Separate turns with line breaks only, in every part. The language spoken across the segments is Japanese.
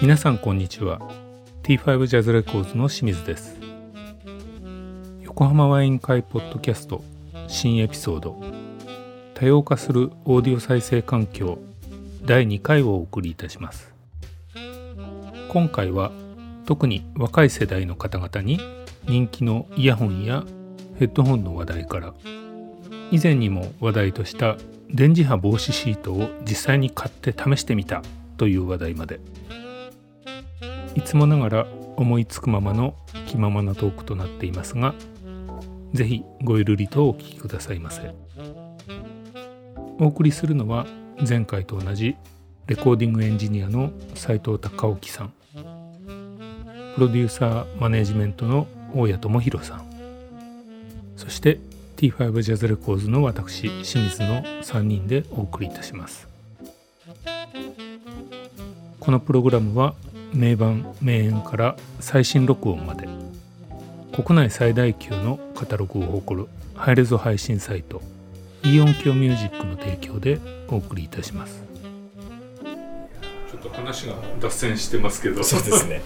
皆さんこんにちは T5 ジャズレコーズの清水です横浜ワイン会ポッドキャスト新エピソード多様化するオーディオ再生環境第2回をお送りいたします今回は特に若い世代の方々に人気のイヤホンやヘッドホンの話題から以前にも話題とした電磁波防止シートを実際に買って試してみたという話題までいつもながら思いつくままの気ままなトークとなっていますがぜひごゆるりとお聞きくださいませお送りするのは前回と同じレコーディングエンジニアの斉藤隆興さんプロデューサーマネジメントの大谷智博さんそして T5 ジャズレコーズの私清水の3人でお送りいたしますこのプログラムは名盤名演から最新録音まで国内最大級のカタログを誇るハイレゾ配信サイトイオンキョミュージックの提供でお送りいたしますちょっと話が脱線してますけど
そうですね。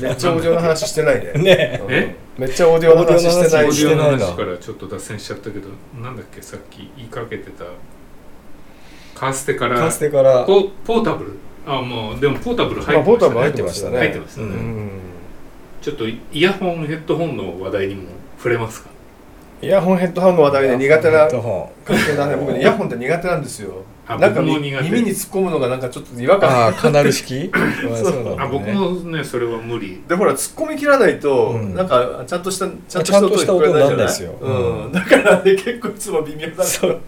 めっちゃオーディオの話してないね。
ね
う ん
え
めっちゃオーディオの話してな
オ
い
ー
し
ディ
て
オの
ないな
話からちょっと脱線しちゃったけどなんだっけさっき言いかけてたカーステから
かつてから、
ポポータブルあもうでもポータブル入
ま
っ
あポー
て
タブル
ま
入
しね
ったてました
入っ
ね
て。ました
う
ね、
うん
ちょっとイヤホンヘッドホンの話題にも触れますか
イヤホンヘッドホンの話題で苦手
ヘ
な
ッドホ
関係だね。僕ねイヤホンって苦手なんですよ。
あ
なんか
僕
み
も苦手
耳に突っ込むのがなんかちょっと違和
ン。あ
感。
あ、カナル 式まあそうだろうね
あ僕もねそれは無理
でほら突っ込み切らないと、
うん
なんかちゃんとしたちゃんと
ちゃんと
した音が聞こえないじゃない。
した音になら
うん。だからね結構いつも微妙だった。
そっか。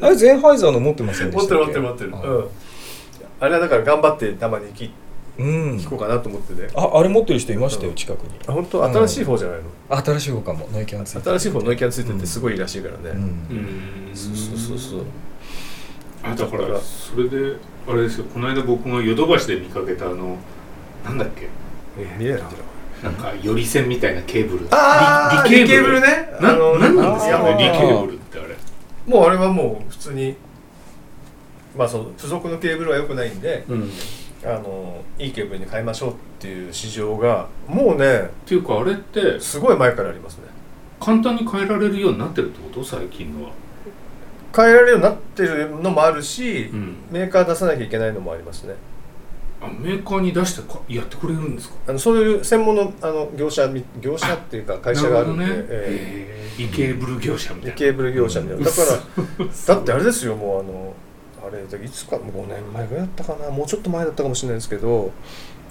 あれ、ゼンハイザーの持ってませんで
持っ
してた
る
っ
持っ
け
てる持ってる。うん。あれはだから頑張ってたまに聞
うん。
聞こうかなと思ってね。
あ、あれ持ってる人いましたよ、近くに。
あ本当新しい方じゃないの。
新しい方かも、ノイキャンついてる
新しい方ノイキャンついててすごいいいらしいからね。
うん。
そうそうそうそう。
あだからそれであれですよこの間僕がヨドバシで見かけたあのなんだっけ
見えない
なんかより線みたいなケーブル
あー
リ
リケーブルね
な
あの
なんなんですか
あの
ねリケーブルってあれ
もうあれはもう普通にまあその付属のケーブルは良くないんで
うんっ
あのいいケーブルに変えましょうっていう市場がもうね
ていうかあれって
すごい前からありますね
簡単に変えられるようになってるってこと最近のは
変えられるようになってるのもあるし、
うん
メーカー出さなきゃいけないのもありますね
あメーカーに出してかやってくれるんですか
あのそういう専門のあの業者み業者っていうか会社があるんで
なるほどね
ええ
リケーブル業者みたい
リ
な
ケーブル業者みたいな、
うん
だから
う
だってあれですよもうあのあれだいつか5年前ぐらいだったかなもうちょっと前だったかもしれないですけど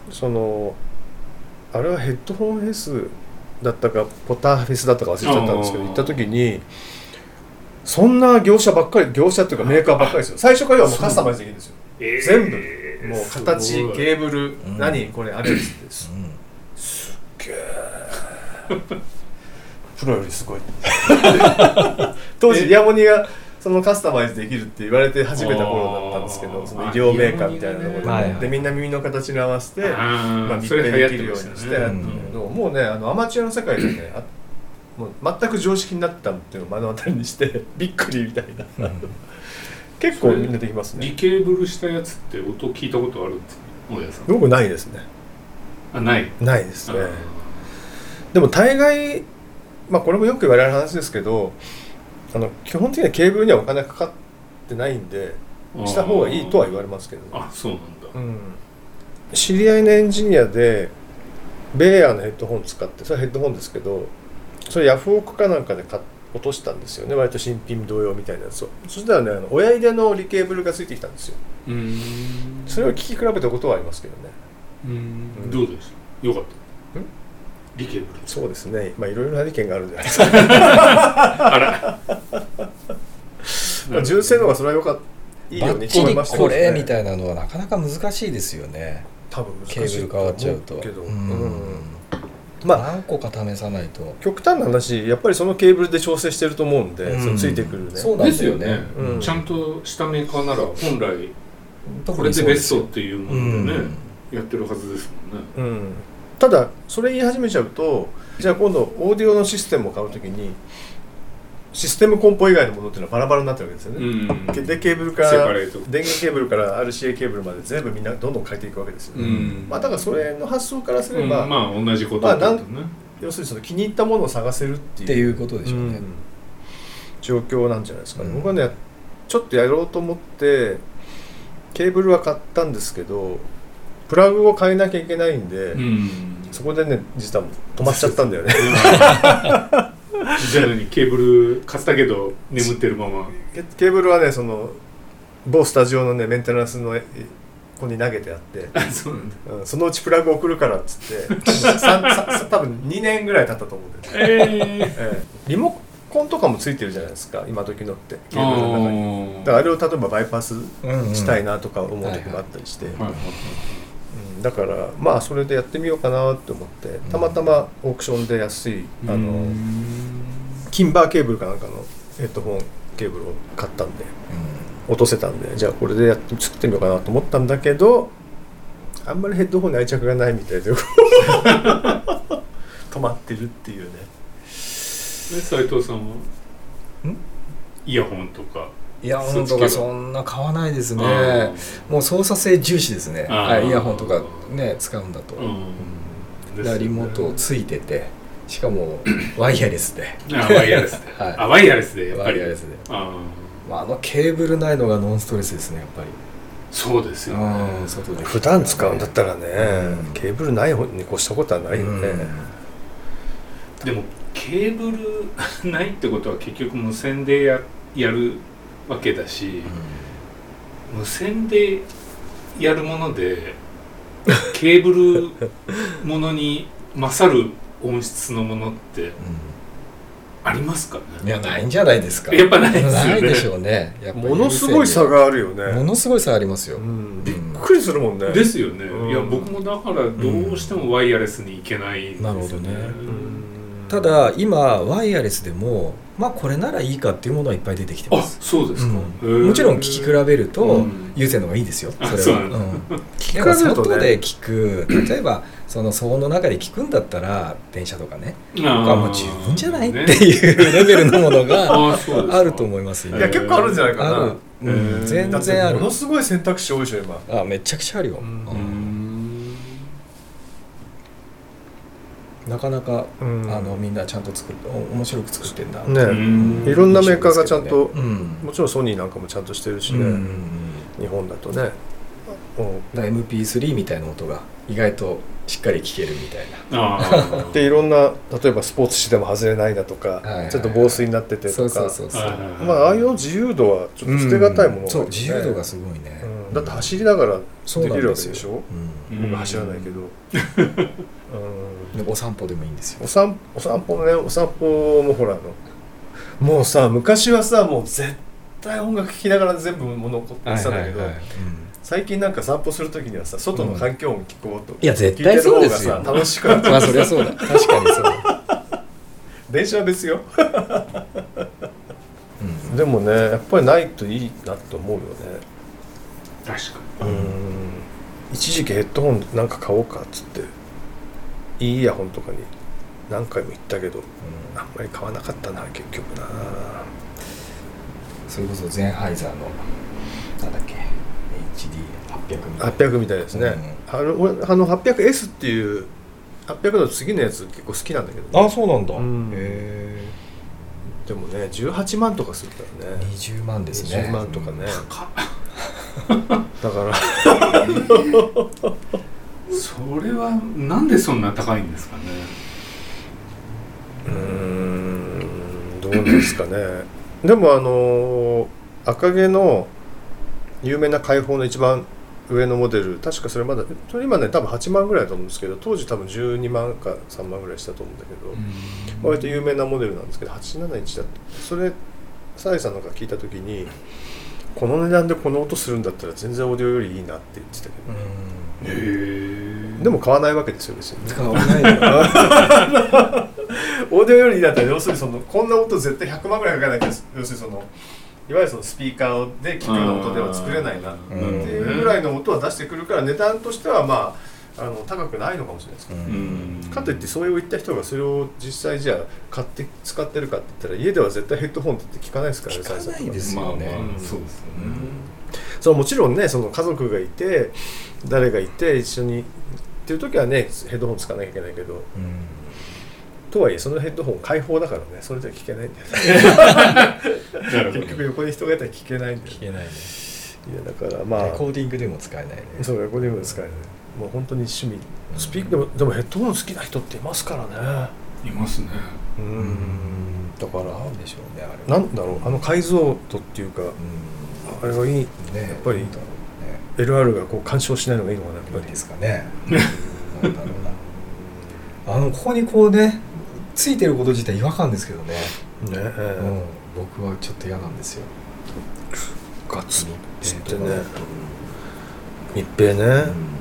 そのあれはヘッドホンフェスだったかポターフェスだったか忘れちゃったんですけど
あー
行った時にそんな業者ばっかり業者っていうかメーカーばっかりですよ最初からはもうカスタマイズできるんですよ
えー
全部もう
す
形
ごい
ケーブル、
ん
何これあれっつってす
うん
っげえプロよりすごい 当時イヤモニがそのカスタマイズできるって言われて始めた頃だったんですけ
あー
どその医療メーカーみたいなところで,、
あイヤモニがね
でみんな耳の形に合わせて
あー
まあ、密
それ
閉
流行
で
って
きるよ
ま
う
したね
にしてやってるけど、もうねあのアマチュアの世界でねあもう全く常識になったっていうのを目の当たりにしてびっくりみたいな、結構みんなできます
リ
ね
ケーブルしたやつって音聞いたことあるんですか大家さん
僕ないですね
あない
ないですね、
あー
でも大概、まあ、これもよく言われる話ですけどあの基本的にはケーブルにはお金かかってないんでした方がいいとは言われますけど、ね
あそうなんだ
うん、知り合いのエンジニアでベーアのヘッドホン使ってそれはヘッドホンですけどそれヤフオクかなんかで買っ落としたんですよね割と新品同様みたいなやつをそしたらねあの親入れのリケーブルがついてきたんですよ
うーん
それを聞き比べたことはありますけどね
うーんどうでしたよかった
ん
リケーブル
そうですねまあいろいろな意見があるんじゃないですか
あら
まあ 純正の方がそれは良かったいいよ
バ
うに
ッ
聞
チ
こえ
リ
ました
これみ
いな
たいなのはなかなか難しいですよね。
多分難しい
ケーブル変わっちゃうと。
けど、
う
うん
ん。
まあ
何個か試さないと。
極端な話やっぱりそのケーブルで調整してると思うんで、
うん
そのついてくるね
そうなん
で
ですす
よ
よ
ね
ね。
うん
ちゃんとしたメーカーなら本来これでベストっ
ト
ていうも
う
の
ん、
でね、やってるはずですもんね
うん、ただそれ言い始めちゃうとじゃあ今度オーディオのシステムを買うときにシステムコンポ以外のものっていうのはバラバラになってるわけですよね、
うん
でケーブルか
セ
ら
パレート
電源ケーブルから RCA ケーブルまで全部みんなどんどん変えていくわけですよ、ね
うん
まあ、だからそれの発想からす
う
れ
ん
ば、
まあ同じこと
まあ
だ
なん
とね、
要するにその気に入ったものを探せるってい
っ
う
ていうことでしょうね、
うん状況なんじゃないですかね、
うん
僕はねちょっとやろうと思ってケーブルは買ったんですけどプラグを変えなきゃいけないんで、
うん
そこでね実は止まっちゃったんだよね
じゃあ何ケーブル買ったけど眠ってるま ま
ケ ケーブルはねその某スタジオのねメンテナンスのえ子に投げてあって、
あそうなんだ
うんそのうちプラグ送るからっつってさささ多分2年ぐらい経ったと思うんだよね、
え
ええリモコンとかもついてるじゃないですか今時のって
え
ケーブルの中にだからあれを例えばバイパス
うんうん
したいなとか思う時もあったりして、
はいはいはい
うんだからまあそれでやってみようかなって思ってたまたまオークションで安いあのキンバーケーブルかなんかのヘッドホンケーブルを買ったんで落とせたんでじゃあこれでやって作ってみようかなと思ったんだけどあんまりヘッドホンに愛着がないみ たいで止まってるっていうね
で斉藤さんはイヤホンとか
イヤホンとかそんな買わないですね
あ
もう操作性重視ですね
あー
はいイヤホンとかね使うんだと、
ーうん
だからリモートついててしかもワイヤレスで
あワイヤレスで、
はい
あワイヤレスでやっぱ
ワイ
り
ヤレスで、
あ
まあ、あのケーブルないのがノンストレスですねやっぱり
ーそうですよね
うん外で
普段使うんだったらね、
うん
ケーブルない方に越したことはないよね、
でもケーブルないってことは結局無線でややるわけだし無線でやるもので ケーブルものに勝る音質のものってありますか
い
ね
やないんじゃないですか
やっぱないですよね
ないでしょうねやっぱり
ものすごい差があるよ
も
ね、
のすごい差ありますよ、
うん、
び
び
っ
っくりするもんね
ですよね、
うん
いや僕もだからどうしてもワイヤレスに行けないんですよ
なるほどね
うん
ただ今ワイヤレスでもまあこれならいいかっていうものはいっぱい出てきて
あ
ます
そうですか、
う
へー
もちろん聞き比べる
う
と
ん
有線の方がいいですよ
あ
それは
そうな
うん
聞
で
か
も
せると
外
ね
で聞く例えばその騒音の中で聞くんだったら電車とかね
あ
が
ー
もう十分じゃないって
ね
いうレベルのもの が
あーそうですか
あると思いますよ
いや結構あるんじゃないかな
ある、う
へ
ん、
ー
全然あ
だって
る
ものすごい選択肢多いでしょ今
あめちゃくちゃあるよ、
うん
うーん
なかなか、
うん
あのみんなちゃんと作ってお面白く作ってんだ
ね
うん
いろんなメーカーがちゃんと
うん
もちろんソニーなんかもちゃんとしてるし
うん
ね、
うんうん
日本だとね、う
だから MP3 みたいな音が意外としっかり聞けるみたいな
あ
ん、
ー
でいろんな例えばスポーツしても外れないだとか、
いはいはい
ちょっと防水になっててとか
そうそうそうそう
まあああいう自由度はちょっと捨てがたい
う
もの
ん
が
そう
あるよね
自由度がすごいね、
うんだって走りながら
そう
で
な
き
ん
る
で
わけ
すよ
でしょ
う
うん
僕走らないけど、 うん
ん、お散歩でもいいんですよ
お散お散歩もねお散歩もほらあのもうさ昔はさもう絶対音楽聴きながら全部物を起こってたんだけど、最近なんか散歩する時にはさ外の環境音聞こうと、
いや絶対そうです
聞
よ
いてる方がさ楽しく なっちゃう
まあそりゃそうだ確かにそう だ、
電車は別よ
うん
でもねやっぱりないといいなと思うよね
確か
うん一時期ヘッドホンなんか買おうかっつっていいイヤホンとかに何回も言ったけどあんまり買わなかったな結局な
それこそゼンハイザーのなんだっけ HD800 みたいな
800みたいですね、あの俺あの 800S っていう800の次のやつ結構好きなんだけどね、
そうなんだ
うん
へ
でもね18万とかするから
え
ね
20万ですね
20万とかね
か
だから
それはなんでそんな高いんですかね
うーんどうなんですかねでもあの赤毛の有名な開放の一番上のモデル確かそれまだそれ今ね多分8万ぐらいだと思うんですけど当時多分12万か3万ぐらいしたと思うんだけど、割と有名なモデルなんですけど871だってそれサイさんなんか聞いた時にこの値段でこの音するんだったら全然オーディオよりいいなって言ってたけ
う
ど、
ん
へえ
でも買わないわけですよ別に
使わないのか
オーディオよりだったら要するにそのこんな音絶対100万ぐらいかかんないけど要するにそのいわゆるそのスピーカーで聞くような音では作れないなっていうぐらいの音は出してくるから値段としてはまああの高くないのかもしれないですけど、
うん
かといってそれを言った人がそれを実際じゃあ買って使ってるかって言ったら家では絶対ヘッドホンって聞かないですから
聞か
最初
ないです
まあま
よ
あ
ね、
そうですよね、
そうもちろんねその家族がいて誰がいて一緒にっていう時はねヘッドホン使わなきゃいけないけど
うん
とはいえそのヘッドホン開放だからねそれじゃ聞けないんだよね
なるほど
結局横に人がいたら聞けないんだよ
聞
ね
けないね
いやだからまあ
レコーディングでも使えないね
そうレコーディングですからねもう本当に趣味スピーでもでもヘッドホン好きな人っていますからね
いますね
う
うんんだからなんでしょうねあれは
なんだろうあの解像度っていうか
うん
あれはいい
ね
やっぱり
なんだろうね
LR がこう干渉しないのがいいのかなやっぱ
どう
り
ですかねなんだろうなあのここにこうねついてること自体違和感ですけどね、
ね
う
え
ん、僕はちょっと嫌なんですよ
ガツ
密
つって
閉と
ね
かだと
密閉ね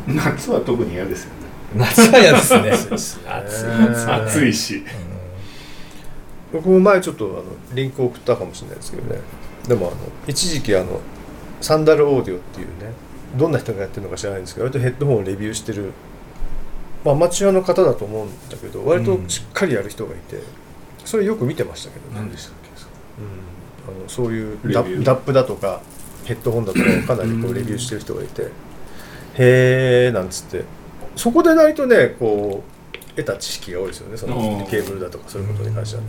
うん
夏は特に嫌ですよね
夏は嫌ですね
暑
暑い
いですね
暑いし
僕も前ちょっとあのリンク送ったかもしれないですけどねでもあの一時期あのサンダルオーディオっていうねどんな人がやってるのか知らないんですけど割とヘッドホンをレビューしてる、まあ、アマチュアの方だと思うんだけど割としっかりやる人がいて、それよく見てましたけどね、
でしたっけ
うんあのそういう
レビ
ダ
ュー
ッダップだとかヘッドホンだとかをかなりこ
う
うんレビューしてる人がいて「へーなんつってそこでないとねこう得た知識が多いですよねその
あー
ケーブルだとかそういうことに関してはね。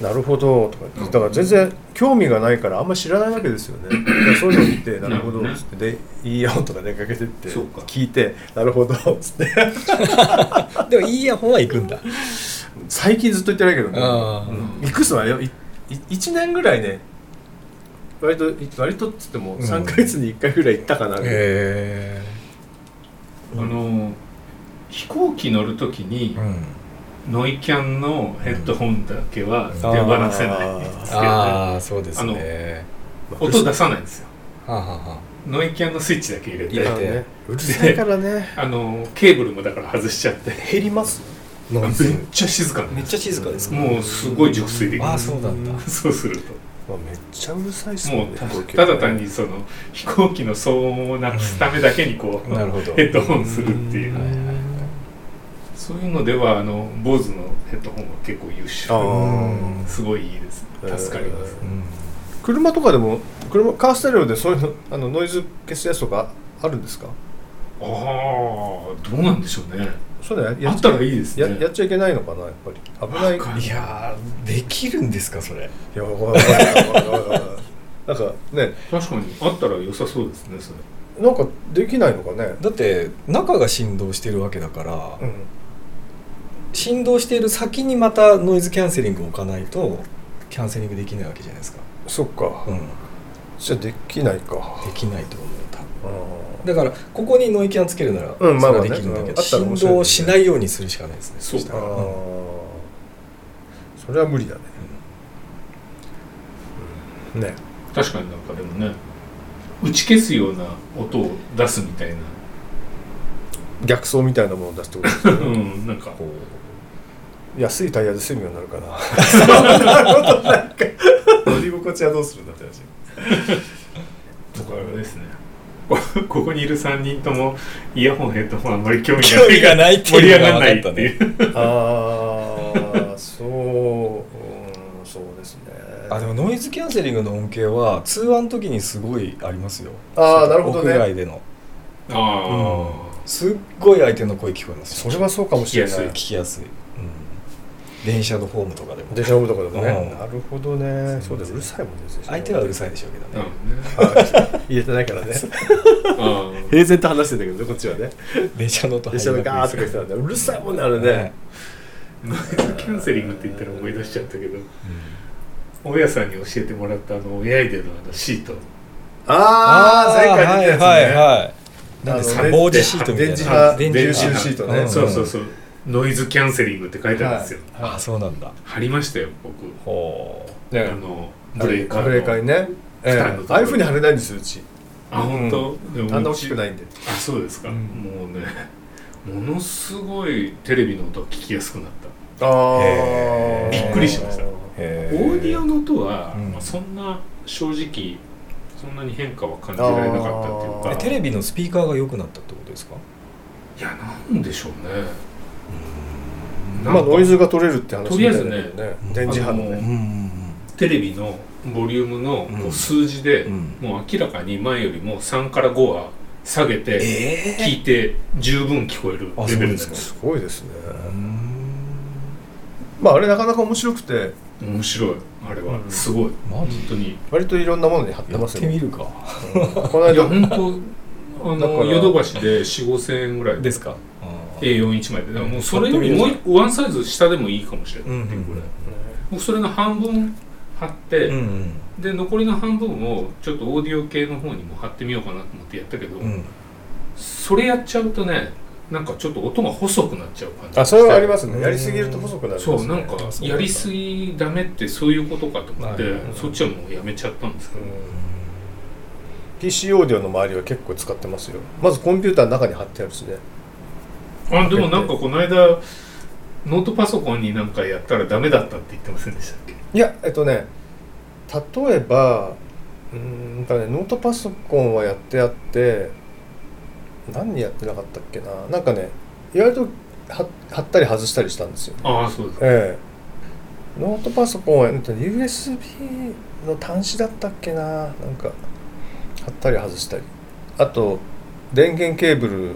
なるほどとか言ってだから全然興味がないからあんまり知らないわけですよねだからそういうの見て「なるほど」っつってでいいやんとか出かけてって
そうか
聞いて「なるほど」っつって
うんでもいいイヤホンは行くんだ
最近ずっと言ってないけどね、
あ
うんいくつはよいい1年ぐらいね割とい割とっつっても
うん
3ヶ月に1回ぐらい行ったかな、
へ
あの飛行機乗るときに
え、うん、
ノイキャンのヘッドホンだけは
うん
手放せないんですけどね
ああそうですね
音出さないんですよ
はあはあはあ
ノイキャンのスイッチだけ入れ
今
て
や
はねうるさいからね
あのケーブルもだから外しちゃって
減ります
め
ノ
っ
イズ
ちゃ静かなん
めっ
で
ちゃ静かです
すもうすごい熟睡できる
ああそうなんだ
うん
そうすると
まあ、めっちゃうるさいっす
も
も
うん
ね
た
東京
た
ね
だ単にその飛行機の騒音をなくすためだけにこう、
なるほど
ヘッドホンするっていう
はいはいはい
そういうのではあの坊主のヘッドホンは結構優秀
あ
うん
すごいいいです助かります、
うん
車とかでも車カーステレオでそういうのあのノイズ消すやつとかあるんですか
ああどうなんでしょうね
そういうのや
あ
やっ
っ
ち
た
ゃ
らいいですね
ややっちゃいけないのかなやっぱり危ない
わかん
いやーできるんですかそれ
いやわかんないわかんないわかんないなんかね
確かにあったら良さそうですねそれ
なんかできないのかね
だって中が振動してるわけだから、
うん
振動している先にまたノイズキャンセリングを置かないとキャンセリングできないわけじゃないですか、
そっか、
うん、
じゃあできないか
できないと思う多分
あ
だからここにノイキャンつけるならそ
うん
れ
まあまあ
は
ね
できるんだけ
うんあ
ど
ったら
振
面白いよね
動しないようにするしかないですね
そう
した
あ
らうん
それは無理だね、うんね
確かになんかでもね打ち消すような音を出すみたいな
逆走みたいなものを出すってこと ですね
うんなんか
こ
安いタイヤで済むようになるかなそんなことなんか乗り心地はどうするんだって話
僕はあれですね こここにいる3人ともイヤホンヘッドホンあんまり興味がない
がないって
盛り上がらないっていう
ああそう、うん、そうですね
あでもノイズキャンセリングの恩恵は通話の時にすごいありますよ
あーなるほどね
屋外での
あ
すっごい相手の声聞こえます
それはそうかもしれな
聞き
い
や
聞きやすい、うん、電車のホームとかでも
電車のとかでもね、
うん
なるほどねそ
そううで
だ
す
う
ね
るさいもんです
相手はうる
さ
さいでしょうけ
あ
ど
な
ね
るほどね
い言えてないからね
あー
平然と話してんだけどねこっちはね
電車の音
でしょ
入る
ガーッ
わ
と
け
か言
ですよ
ってたんでうるさいもんねあれね
ノイズ キャンセリングって言ったら思い出しちゃったけど大家さんに教えてもらったあの親いでのあのシート
ああ前回出た
はいはい
や
はいなんです
あの
か防止シートみたい
電磁
な
波
あ電
電
磁
流
波
収シートね
うん
そうそうそうノイズキャンセリングって書い
つね
てあるんですよ
あそうなんだ
貼りましたよ僕
ほ
あ
ね
の
ブ
ブ
レ
レ
ー
ー
カ
カ
ー
ー
ブレーカーにねええ
負担のところ
ああいうふうに貼れないんですようち
あ本当でも
あんな大きくないいんで
あそうですか
うん
もうねものすごいテレビの音が聞きやすくなった
あ
へ
ー
ー
びっくりしました
うん
へ
オ
ー
ーディオの音は、
うん
まあ、そんな正直そんなに変化は感じられなかったっていう
あ
か
えテレビのスピーカーが良くなったってことですか
いやなんでしょうねなん
ま
か
あノイズが取れるって話
とりあえずね
みたいだけど電磁波の
あの
ね
ん
テレビのボリュームのこ
うん
う数字で、
ん
もう明らかに前よりも3から5は下げて
え
聞いて十分聞こえる
あ
レベルなんです
そうです
すごいですね
ーうん
まああれなかなか面白くて
面白いあれは、
うん
すごい
マ
本
ジ
当に
割といろんなものに貼って
や
ま
っ
す
て
よね
みるか
この
いや
間
本当あ
だか
の
ら
ヨドバシで4 5千円ぐらい
ですか
A41 枚でだからもうそれよりもう一個ワンサイズ下でもいいかもしれないっていうぐらい、僕それの半分貼って、
ん
で残りの半分をちょっとオーディオ系の方にも貼ってみようかなと思ってやったけど、
うん
それやっちゃうとねなんかちょっと音が細くなっちゃう感じ
あそれはあります
う
ね
ん
やりすぎると細くなる
そうなんか
あそうなんだ
やりすぎダメってそういうことかと思って、
はいはいはい
そっちはもうやめちゃったんですけど、
PC オーディオの周りは結構使ってますよまずコンピューターの中に貼ってあるしね
あでもなんかこの間ノートパソコンになんかやったらダメだったって言ってませんでしたっけ
いやえっとね例えばうーんとねノートパソコンはやってあって何やってなかったっけななんかね意外とは貼ったり外したりしたんですよ
ああそうです
ええノートパソコンは、えっと USB の端子だったっけななんか貼ったり外したりあと電源ケーブ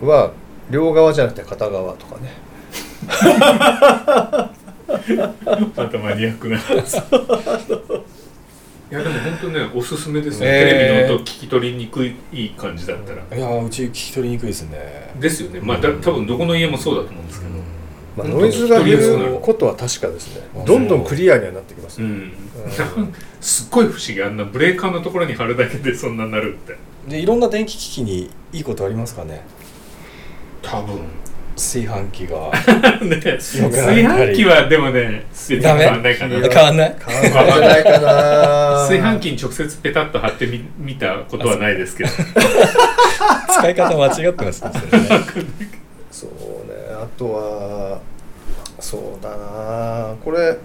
ルは両側じゃなくて片側とかね
またマニアックないやでも本当ねおすすめですよ、
ねえ
テレビの音聞き取りにくいいい感じだったら、
いやーうち聞き取りにくいですね
ですよねまあだ多分どこの家もそうだと思うんですけど
まあ、
うん
ノイズが
とり
減
あえずね
ることは確かですね
うん
どんどんクリアにはなってきます
う
ね、
ん、
うん
すっごい不思議あんなブレーカーのところに貼るだけでそんなになるって
でいろんな電気機器にいいことありますかね
多 分
炊飯器が
ね炊
よくある
飯器はでもね別に
ダメ
変わんないかな
変わんない
変わんないんじゃないかな
炊飯器に直接ペタッと貼ってみ見たことはないですけど
使い方間違って ますねそれね
そうねあとはそうだなこれ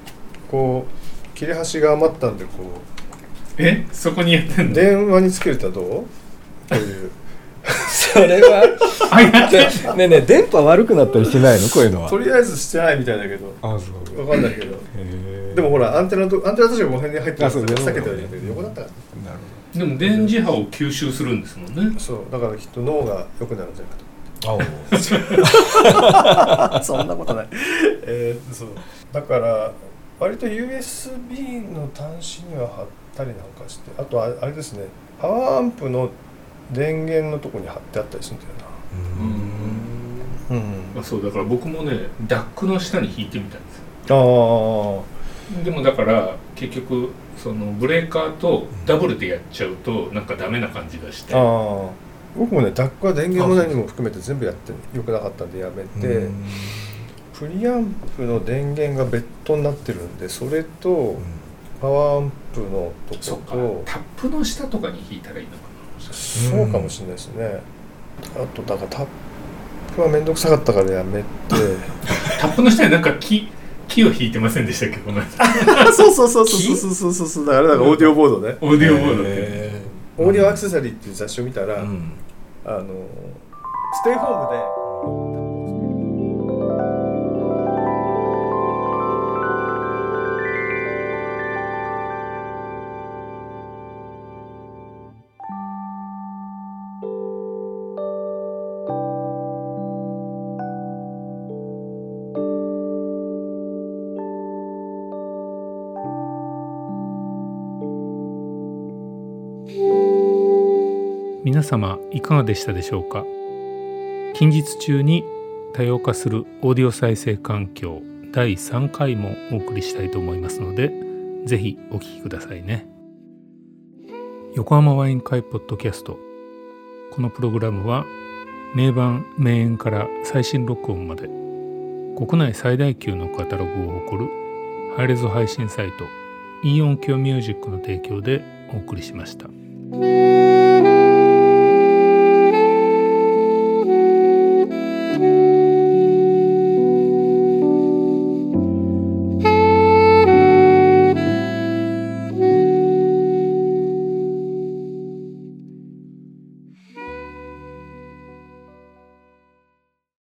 こう切れ端が余ったんでこう
えそこにやってんの
電話につけるとはどうこう いう
それは
あやって
ねえねえ電波悪くなったりしないのこういうのは
とりあえずしてないみたいだけど
あそう
わかんないけど
へ
でもほらアンテナとアンテナ確かこの辺に入ってます
あそう
避けてはいるけど横だったか
なる
でも電磁波を吸収するんですもんね
らそうだからきっと脳が良くなるんじゃないかと
ほど
あそんなことない えーそうだから割と USB の端子には貼ったりなんかしてあとああれですねパワーアンプの電源のとこに貼ってあったりするんだよなうん
まあ、そうだから僕もねダックの下に引いてみたんですよ
ああ
でもだから結局そのブレーカーとダブルでやっちゃうとなんかダメな感じがして
ああ僕もねダックは電源も何も含めて全部やってよくなかったんでやめて
うん
プリアンプの電源が別途になってるんでそれとパワーアンプのと
そっか
こと
タップの下とかに引いたらいいのか
そうかもしれないですね、あとだからタップは面倒くさかったからやめて
なタップの下になんか木木を引いてませんでしたっけこの間
そうそうそうそうそうそうそうだからだからオーディオボードね
オーディオボードって、
へー
オーディオアクセサリーっていう雑誌を見たら、
うん
あのステイホームで
皆様いかがでしたでしょうか近日中に多様化するオーディオ再生環境第3回もお送りしたいと思いますのでぜひお聞きくださいね横浜ワイン会ポッドキャストこのプログラムは名盤名演から最新録音まで国内最大級のカタログを誇るハイレゾ配信サイトイオンキョミュージックの提供でお送りしました。